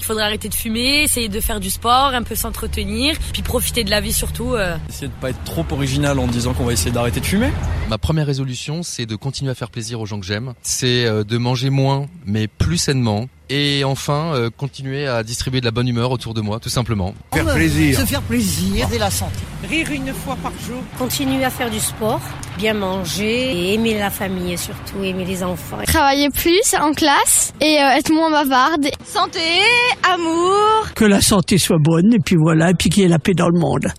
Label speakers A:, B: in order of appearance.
A: faudrait arrêter de fumer, essayer de faire du sport, un peu s'entretenir, puis profiter de la vie surtout. euh.
B: Essayer de pas être trop original en disant qu'on va essayer d'arrêter de fumer.
C: Ma première résolution, c'est de continuer à faire plaisir aux gens que j'aime. C'est euh, de manger moins, mais plus sainement. Et enfin, euh, continuer à distribuer de la bonne humeur autour de moi, tout simplement.
D: Faire plaisir. Ah, Se faire plaisir et la santé.
E: Rire une fois par jour.
F: Continuer à faire du sport, bien manger et aimer la famille et surtout aimer les enfants.
G: Travailler plus hein. en classe et euh, être moins bavarde. Santé, amour,
H: que la santé soit bonne, et puis voilà, et puis qu'il y ait la paix dans le monde.